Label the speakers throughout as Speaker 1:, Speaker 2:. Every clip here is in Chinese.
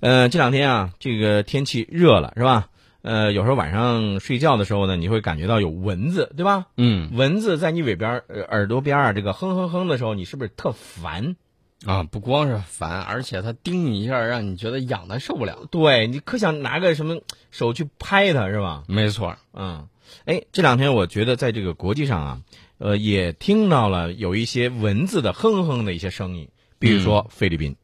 Speaker 1: 呃，这两天啊，这个天气热了，是吧？呃，有时候晚上睡觉的时候呢，你会感觉到有蚊子，对吧？
Speaker 2: 嗯
Speaker 1: 蚊子在你尾边儿、呃、耳朵边儿啊这个哼哼哼的时候，你是不是特烦？
Speaker 2: 啊，不光是烦，而且它叮你一下，让你觉得痒的受不了。
Speaker 1: 对你可想拿个什么手去拍它，是吧？
Speaker 2: 没错，
Speaker 1: 嗯，哎，这两天我觉得在这个国际上啊，呃，也听到了有一些蚊子的哼哼的一些声音，比如说菲律宾。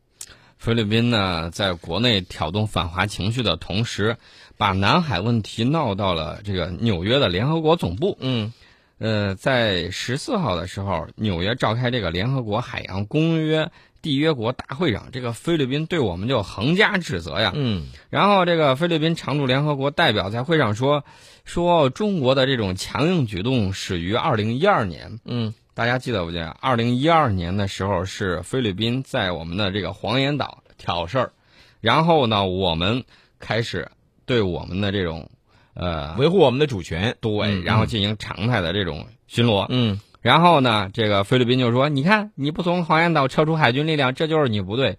Speaker 2: 菲律宾呢，在国内挑动反华情绪的同时，把南海问题闹到了这个纽约的联合国总部。
Speaker 1: 嗯
Speaker 2: 呃，在十四号的时候，纽约召开这个联合国海洋公约缔约国大会上，这个菲律宾对我们就横加指责呀。
Speaker 1: 嗯
Speaker 2: 然后这个菲律宾常驻联合国代表在会上说，说中国的这种强硬举动始于二零一二年。
Speaker 1: 嗯
Speaker 2: 大家记得不记得？二零一二年的时候是菲律宾在我们的这个黄岩岛挑事儿，然后呢，我们开始对我们的这种呃
Speaker 1: 维护我们的主权。
Speaker 2: 对，
Speaker 1: 嗯
Speaker 2: 然后进行常态的这种巡逻。
Speaker 1: 嗯
Speaker 2: 然后呢，这个菲律宾就说：“你看，你不从黄岩岛撤出海军力量，这就是你不对。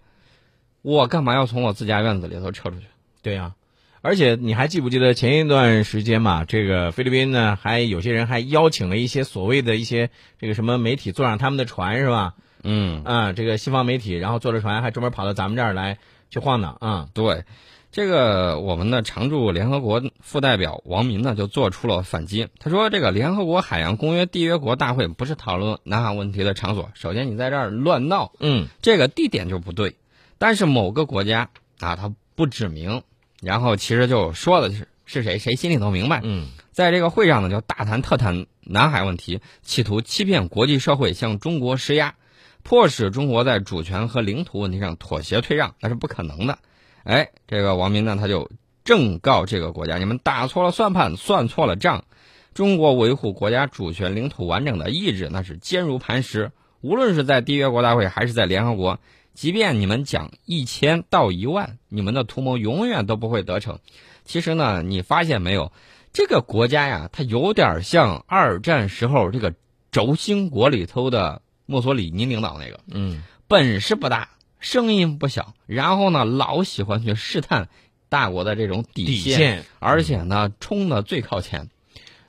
Speaker 2: 我干嘛要从我自家院子里头撤出去？
Speaker 1: 对呀、而且你还记不记得前一段时间嘛？这个菲律宾呢，还有些人还邀请了一些所谓的一些这个什么媒体坐上他们的船是吧？
Speaker 2: 嗯，
Speaker 1: 啊，这个西方媒体，然后坐着船还专门跑到咱们这儿来去晃荡啊。
Speaker 2: 对。这个我们的常驻联合国副代表王民呢，就做出了反击。他说：“这个联合国海洋公约缔约国大会不是讨论南海问题的场所。首先，你在这儿乱闹，
Speaker 1: 嗯
Speaker 2: 这个地点就不对。但是某个国家啊，他不指明，然后其实就说的是是谁，谁心里头明白。
Speaker 1: 嗯
Speaker 2: 在这个会上呢，就大谈特谈南海问题，企图欺骗国际社会向中国施压，迫使中国在主权和领土问题上妥协退让，那是不可能的。哎，这个王明呢，他就正告这个国家，你们打错了算盘，算错了账。中国维护国家主权、领土完整的意志，那是坚如磐石。无论是在缔约国大会，还是在联合国，即便你们讲一千到一万，你们的图谋永远都不会得逞。其实呢，你发现没有？这个国家呀，它有点像二战时候这个轴心国里头的墨索里尼领导那个，
Speaker 1: 嗯
Speaker 2: 本事不大，声音不小，然后呢，老喜欢去试探大国的这种底
Speaker 1: 底线。
Speaker 2: 而且呢，冲的最靠前。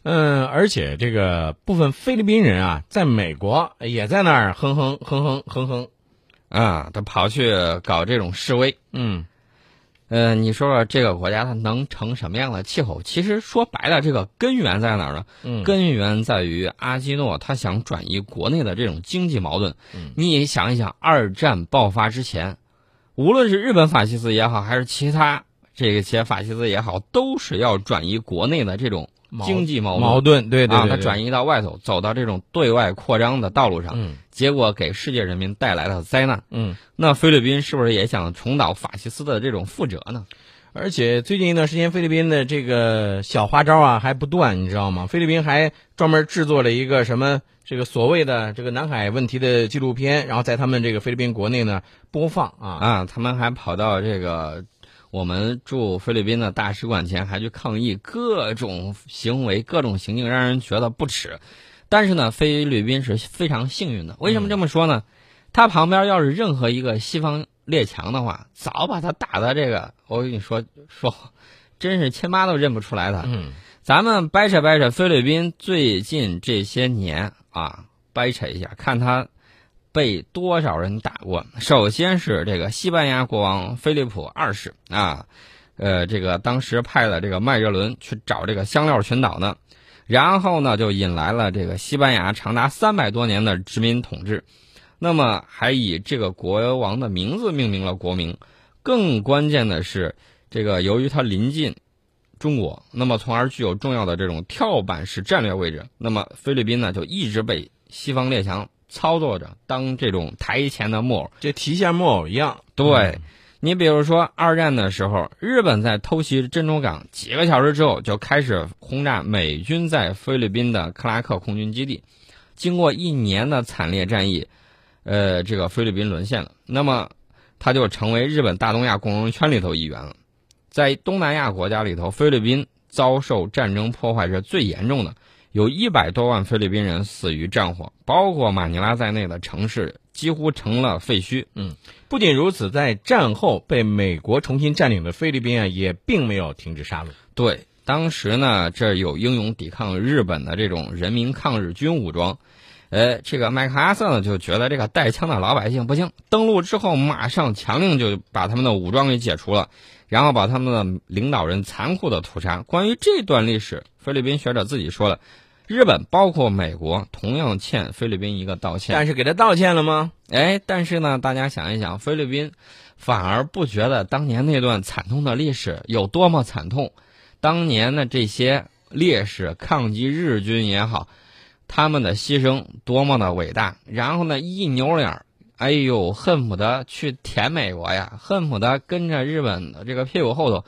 Speaker 1: 嗯，而且这个部分菲律宾人啊，在美国也在那儿哼哼哼哼哼哼。
Speaker 2: 啊、他跑去搞这种示威。
Speaker 1: 嗯
Speaker 2: 呃，你说说这个国家它能成什么样的气候？其实说白了，这个根源在哪儿呢？
Speaker 1: 嗯
Speaker 2: 根源在于阿基诺他想转移国内的这种经济矛盾。
Speaker 1: 嗯
Speaker 2: 你想一想，二战爆发之前，无论是日本法西斯也好，还是其他这个些法西斯也好，都是要转移国内的这种
Speaker 1: 矛
Speaker 2: 经济矛盾
Speaker 1: 矛盾，对对
Speaker 2: 啊，
Speaker 1: 对，
Speaker 2: 他
Speaker 1: 对
Speaker 2: 转移到外头，走到这种对外扩张的道路上，
Speaker 1: 嗯
Speaker 2: 结果给世界人民带来了灾难。
Speaker 1: 嗯。
Speaker 2: 那菲律宾是不是也想重蹈法西斯的这种覆辙呢？
Speaker 1: 而且最近一段时间，菲律宾的这个小花招啊还不断，你知道吗？菲律宾还专门制作了一个什么这个所谓的这个南海问题的纪录片，然后在他们这个菲律宾国内呢播放啊。
Speaker 2: 啊，他们还跑到这个我们驻菲律宾的大使馆前，还去抗议各种行为、各种行径，让人觉得不耻。但是呢，菲律宾是非常幸运的。为什么这么说呢？他旁边要是任何一个西方列强的话，早把他打的这个，我跟你说说，真是亲妈都认不出来的。
Speaker 1: 嗯
Speaker 2: 咱们掰扯掰扯菲律宾最近这些年啊，掰扯一下，看他被多少人打过。首先是这个西班牙国王菲利普二世啊，呃，这个当时派了这个麦哲伦去找这个香料群岛呢，然后呢就引来了这个西班牙长达三百多年的殖民统治，那么还以这个国王的名字命名了国名。更关键的是，这个由于它临近中国，那么从而具有重要的这种跳板式战略位置。那么菲律宾呢，就一直被西方列强操作着，当这种台前的木偶。
Speaker 1: 就提线木偶一样。嗯
Speaker 2: 对，你比如说二战的时候，日本在偷袭珍珠港几个小时之后，就开始轰炸美军在菲律宾的克拉克空军基地。经过一年的惨烈战役，呃，这个菲律宾沦陷了，那么它就成为日本大东亚共荣圈里头一员了。在东南亚国家里头，菲律宾遭受战争破坏是最严重的，有一百多万菲律宾人死于战火，包括马尼拉在内的城市几乎成了废墟。
Speaker 1: 不仅如此，在战后被美国重新占领的菲律宾啊，也并没有停止杀戮。
Speaker 2: 对，当时呢，这有英勇抵抗日本的这种人民抗日军武装。呃，这个麦克阿瑟呢就觉得这个带枪的老百姓不行，登陆之后马上强令就把他们的武装给解除了，然后把他们的领导人残酷的屠杀。关于这段历史，菲律宾学者自己说了，日本包括美国同样欠菲律宾一个道歉。
Speaker 1: 但是给他道歉了吗？
Speaker 2: 哎，但是呢，大家想一想，菲律宾反而不觉得当年那段惨痛的历史有多么惨痛。当年的这些烈士抗击日军也好，他们的牺牲多么的伟大。然后呢，一扭脸儿，哎呦，恨不得去舔美国呀，恨不得跟着日本的这个屁股后头，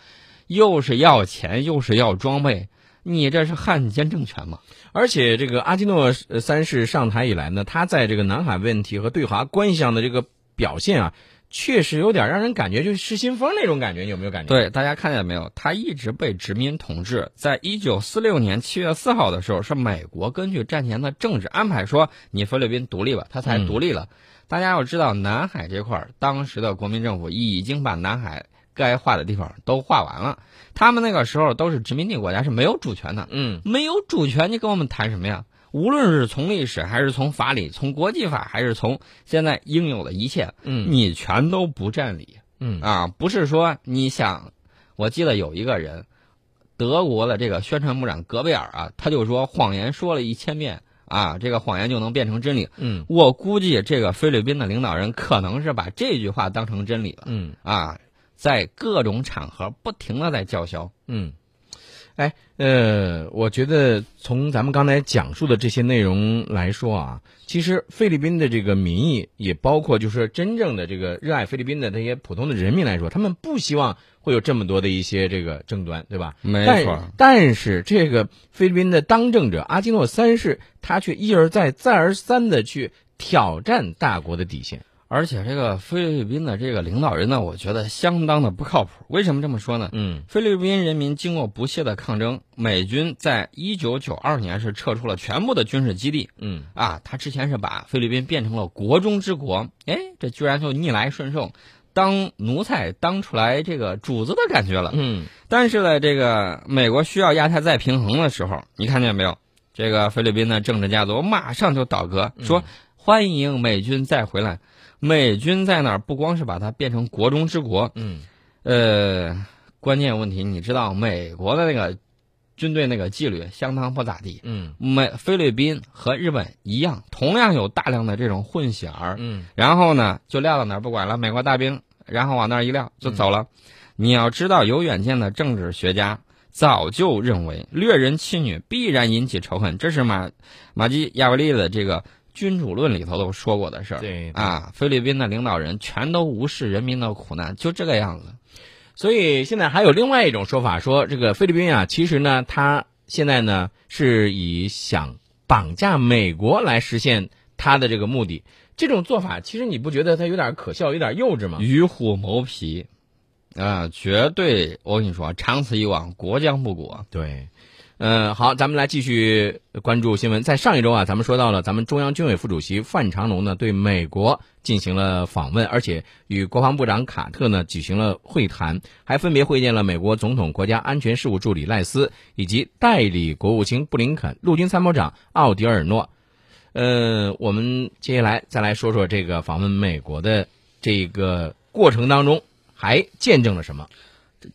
Speaker 2: 又是要钱又是要装备，你这是汉奸政权吗？
Speaker 1: 而且这个阿基诺呃三世上台以来呢，他在这个南海问题和对华关系上的这个表现啊，确实有点让人感觉就是失心疯那种感觉，你有没有感觉？，
Speaker 2: 对，大家看见没有？他一直被殖民统治。在一九四六年七月四号的时候，是美国根据战前的政治安排说，你菲律宾独立吧，他才
Speaker 1: 嗯
Speaker 2: 独立了。大家要知道，南海这块儿，当时的国民政府已经把南海该划的地方都划完了。他们那个时候都是殖民地国家，是没有主权的。
Speaker 1: 嗯，
Speaker 2: 没有主权，你跟我们谈什么呀？无论是从历史，还是从法理，从国际法，还是从现在应有的一切，
Speaker 1: 嗯
Speaker 2: 你全都不占理。
Speaker 1: 嗯
Speaker 2: 啊，不是说你想，我记得有一个人，德国的这个宣传部长格贝尔啊，他就说谎言说了一千遍啊，这个谎言就能变成真理。
Speaker 1: 嗯
Speaker 2: 我估计这个菲律宾的领导人可能是把这句话当成真理了
Speaker 1: 嗯
Speaker 2: 啊，在各种场合不停的在叫嚣。
Speaker 1: 嗯。哎，呃，我觉得从咱们刚才讲述的这些内容来说啊，其实菲律宾的这个民意，也包括就是说真正的这个热爱菲律宾的这些普通的人民来说，他们不希望会有这么多的一些这个争端，对吧？
Speaker 2: 没
Speaker 1: 但但是这个菲律宾的当政者阿基诺三世，他却一而再、再而三的去挑战大国的底线。
Speaker 2: 而且这个菲律宾的这个领导人呢，我觉得相当的不靠谱。为什么这么说呢？
Speaker 1: 嗯
Speaker 2: 菲律宾人民经过不懈的抗争，美军在一九九二年是撤出了全部的军事基地
Speaker 1: 嗯
Speaker 2: 啊。他之前是把菲律宾变成了国中之国，哎，这居然就逆来顺受，当奴才当出来这个主子的感觉了。
Speaker 1: 嗯
Speaker 2: 但是呢，这个美国需要亚太再平衡的时候，你看见没有？这个菲律宾的政治家族马上就倒戈，说欢迎美军再回来。美军在那儿不光是把它变成国中之国，
Speaker 1: 嗯
Speaker 2: 呃，关键问题你知道，美国的那个军队那个纪律相当不咋地。
Speaker 1: 嗯
Speaker 2: 美菲律宾和日本一样，同样有大量的这种混血儿，
Speaker 1: 嗯
Speaker 2: 然后呢就撂到哪儿不管了，美国大兵，然后往那儿一撂就走了。
Speaker 1: 嗯
Speaker 2: 你要知道，有远见的政治学家早就认为掠人妻女必然引起仇恨，这是马马基亚维利的这个《君主论》里头都说过的事儿。
Speaker 1: 对
Speaker 2: 啊，菲律宾的领导人全都无视人民的苦难，就这个样子。
Speaker 1: 所以现在还有另外一种说法，说这个菲律宾啊，其实呢，他现在呢是以想绑架美国来实现他的这个目的。这种做法，其实你不觉得他有点可笑、有点幼稚吗？
Speaker 2: 与虎谋皮，啊、绝对！我跟你说，啊长此以往，国将不啊国。
Speaker 1: 对，呃，好，咱们来继续关注新闻。在上一周啊，咱们说到了咱们中央军委副主席范长龙呢对美国进行了访问，而且与国防部长卡特呢举行了会谈，还分别会见了美国总统国家安全事务助理赖斯以及代理国务卿布林肯、陆军参谋长奥迪尔诺。呃，我们接下来再来说说这个访问美国的这个过程当中还见证了什么？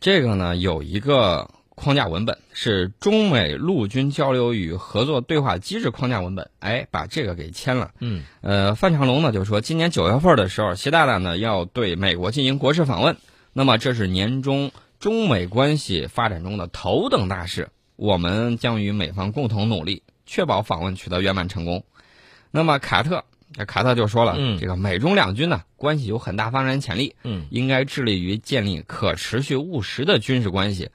Speaker 2: 这个呢，有一个框架文本是中美陆军交流与合作对话机制框架文本，哎，把这个给签了。
Speaker 1: 嗯
Speaker 2: 呃，范长龙呢就说，今年九月份的时候，习大大呢要对美国进行国事访问，那么这是年中中美关系发展中的头等大事，我们将与美方共同努力，确保访问取得圆满成功。那么卡特，这卡特就说了，
Speaker 1: 嗯
Speaker 2: 这个美中两军呢关系有很大发展潜力，
Speaker 1: 嗯
Speaker 2: 应该致力于建立可持续务实的军事关系。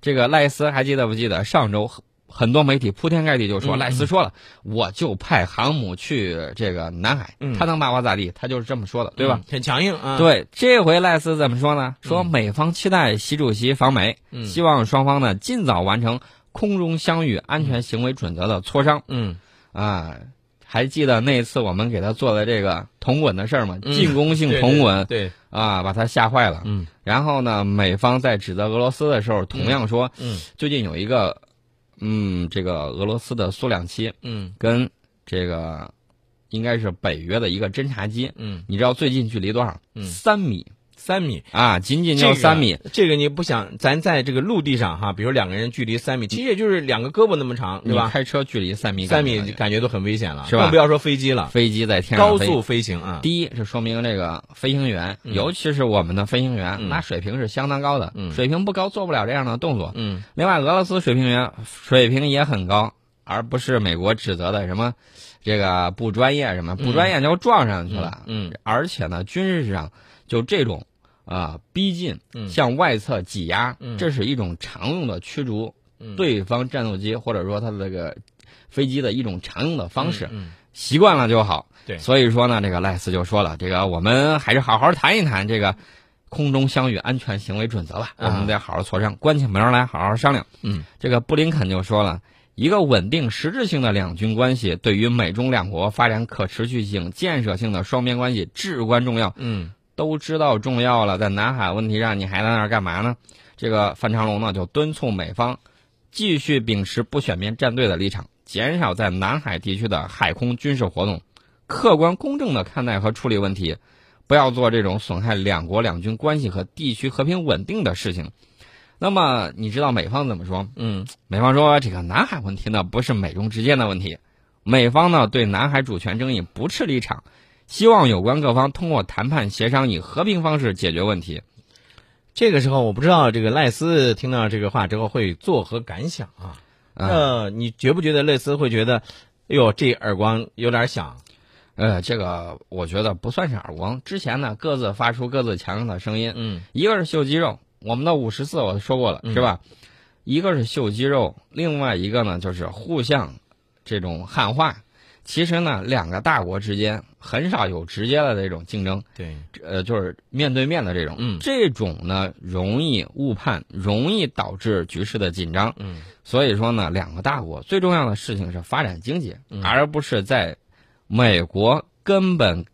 Speaker 2: 这个赖斯还记得不记得上周很很多媒体铺天盖地就说、
Speaker 1: 嗯
Speaker 2: 赖斯说了，我就派航母去这个南海，
Speaker 1: 嗯
Speaker 2: 他能把我咋地？他就是这么说的，对吧？？
Speaker 1: 很强硬啊。
Speaker 2: 对，这回赖斯怎么说呢？说美方期待习主席访美，
Speaker 1: 嗯
Speaker 2: 希望双方呢尽早完成空中相遇安全行为准则的磋商
Speaker 1: 嗯
Speaker 2: 啊。还记得那一次我们给他做的这个同滚的事儿吗？
Speaker 1: 嗯
Speaker 2: 进攻性同滚
Speaker 1: 对，
Speaker 2: 啊，把他吓坏了。
Speaker 1: 嗯
Speaker 2: 然后呢，美方在指责俄罗斯的时候，同样说，
Speaker 1: 嗯
Speaker 2: 最近有一个，嗯，这个俄罗斯的苏两七
Speaker 1: 嗯
Speaker 2: 跟这个应该是北约的一个侦察机，
Speaker 1: 嗯，
Speaker 2: 你知道最近距离多少？
Speaker 1: 嗯
Speaker 2: 三米
Speaker 1: 三米。
Speaker 2: 啊，仅仅
Speaker 1: 这
Speaker 2: 就
Speaker 1: 个
Speaker 2: 三米。，
Speaker 1: 这个你不想，咱在这个陆地上哈，比如两个人距离三米，其实也就是两个胳膊那么长，对
Speaker 2: 你
Speaker 1: 吧？
Speaker 2: 开车距离三米，
Speaker 1: 三米感觉都很危险了，
Speaker 2: 是吧
Speaker 1: 更不要说飞机了，
Speaker 2: 飞机在天上
Speaker 1: 高
Speaker 2: 飞。
Speaker 1: 速飞行啊，
Speaker 2: 第一是说明这个飞行员，
Speaker 1: 嗯
Speaker 2: 尤其是我们的飞行员，
Speaker 1: 嗯
Speaker 2: 那水平是相当高的，
Speaker 1: 嗯
Speaker 2: 水平不高做不了这样的动作。
Speaker 1: 嗯
Speaker 2: 另外，俄罗斯水平员水平也很高，而不是美国指责的什么这个不专业什么不专业就撞上去了。
Speaker 1: 嗯
Speaker 2: 而且呢，军事上就这种啊、逼近、
Speaker 1: 嗯
Speaker 2: 向外侧挤压，
Speaker 1: 嗯
Speaker 2: 这是一种常用的驱逐
Speaker 1: 嗯，
Speaker 2: 对方战斗机或者说他的这个飞机的一种常用的方式。
Speaker 1: 嗯
Speaker 2: 习惯了就好。
Speaker 1: 对
Speaker 2: 所以说呢，这个赖斯就说了，这个我们还是好好谈一谈这个空中相遇安全行为准则吧，
Speaker 1: 啊
Speaker 2: 我们得好好磋商，关起门来好好商量。
Speaker 1: 嗯，
Speaker 2: 这个布林肯就说了。一个稳定实质性的两军关系，对于美中两国发展可持续性、建设性的双边关系至关重要。
Speaker 1: 嗯
Speaker 2: 都知道重要了，在南海问题上你还在那儿干嘛呢？这个范长龙呢就敦促美方继续秉持不选边站队的立场，减少在南海地区的海空军事活动，客观公正的看待和处理问题，不要做这种损害两国两军关系和地区和平稳定的事情。那么你知道美方怎么说？
Speaker 1: 嗯
Speaker 2: 美方说这个南海问题呢不是美中之间的问题，美方呢对南海主权争议不持立场，希望有关各方通过谈判协商以和平方式解决问题。
Speaker 1: 这个时候我不知道这个赖斯听到这个话之后会作何感想啊？
Speaker 2: 呃
Speaker 1: 呃，你觉不觉得赖斯会觉得，哎呦，这耳光有点响？
Speaker 2: 呃，这个我觉得不算是耳光。之前呢，各自发出各自强硬的声音，
Speaker 1: 嗯
Speaker 2: 一个是秀肌肉，我们的五十四我说过了、
Speaker 1: 嗯
Speaker 2: 是吧？一个是秀肌肉，另外一个呢就是互相这种喊话。其实呢，两个大国之间很少有直接的这种竞争。
Speaker 1: 对，
Speaker 2: 呃，就是面对面的这种，
Speaker 1: 嗯
Speaker 2: 这种呢容易误判，容易导致局势的紧张。
Speaker 1: 嗯
Speaker 2: 所以说呢，两个大国最重要的事情是发展经济，
Speaker 1: 嗯
Speaker 2: 而不是在美国根本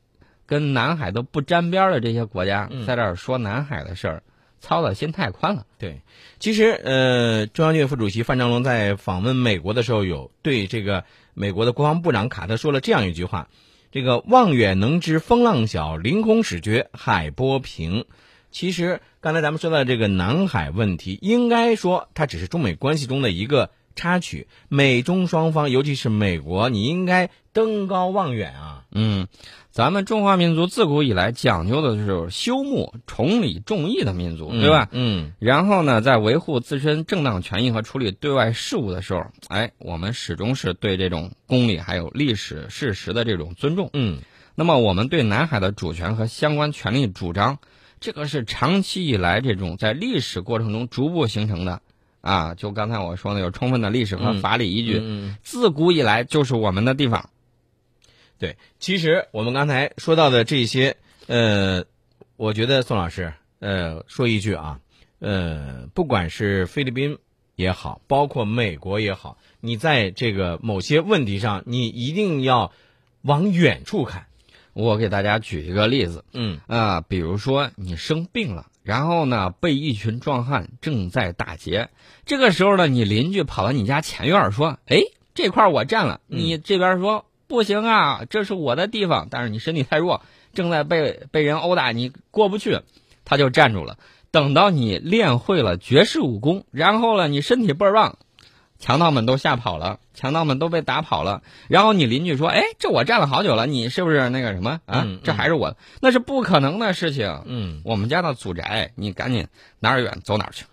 Speaker 2: 跟南海都不沾边儿的这些国家、
Speaker 1: 嗯
Speaker 2: 在这儿说南海的事儿，操的心太宽了。
Speaker 1: 对，其实呃，中央军委副主席范长龙在访问美国的时候，有对这个美国的国防部长卡特说了这样一句话：“这个望远能知风浪小，凌空始觉海波平。”其实刚才咱们说到这个南海问题，应该说它只是中美关系中的一个插曲。美中双方，尤其是美国，你应该登高望远啊。
Speaker 2: 嗯，咱们中华民族自古以来讲究的就是修睦、崇礼、重义的民族，对吧？？
Speaker 1: 嗯
Speaker 2: 然后呢，在维护自身正当权益和处理对外事务的时候，哎，我们始终是对这种公理还有历史事实的这种尊重。
Speaker 1: 嗯
Speaker 2: 那么，我们对南海的主权和相关权利主张，这个是长期以来这种在历史过程中逐步形成的。啊，就刚才我说的，有充分的历史和
Speaker 1: 嗯
Speaker 2: 法理依
Speaker 1: 嗯
Speaker 2: 据，
Speaker 1: 嗯。
Speaker 2: 自古以来就是我们的地方。
Speaker 1: 对，其实我们刚才说到的这些，呃，我觉得宋老师，呃，说一句啊，呃，不管是菲律宾也好，包括美国也好，你在这个某些问题上，你一定要往远处看。
Speaker 2: 我给大家举一个例子，
Speaker 1: 嗯
Speaker 2: 啊、比如说你生病了，然后呢被一群壮汉正在打劫，这个时候呢，你邻居跑到你家前院儿说：“哎，这块儿我占了。”
Speaker 1: 嗯
Speaker 2: 你这边说：“不行啊，这是我的地方。”但是你身体太弱，正在被被人殴打，你过不去，他就站住了。等到你练会了绝世武功，然后呢，你身体倍儿棒，强盗们都吓跑了，强盗们都被打跑了。然后你邻居说：“哎，这我站了好久了，你是不是那个什么啊？
Speaker 1: 嗯
Speaker 2: 这还是我的，那是不可能的事情。
Speaker 1: 嗯。
Speaker 2: 我们家的祖宅，你赶紧哪儿远走哪儿去。”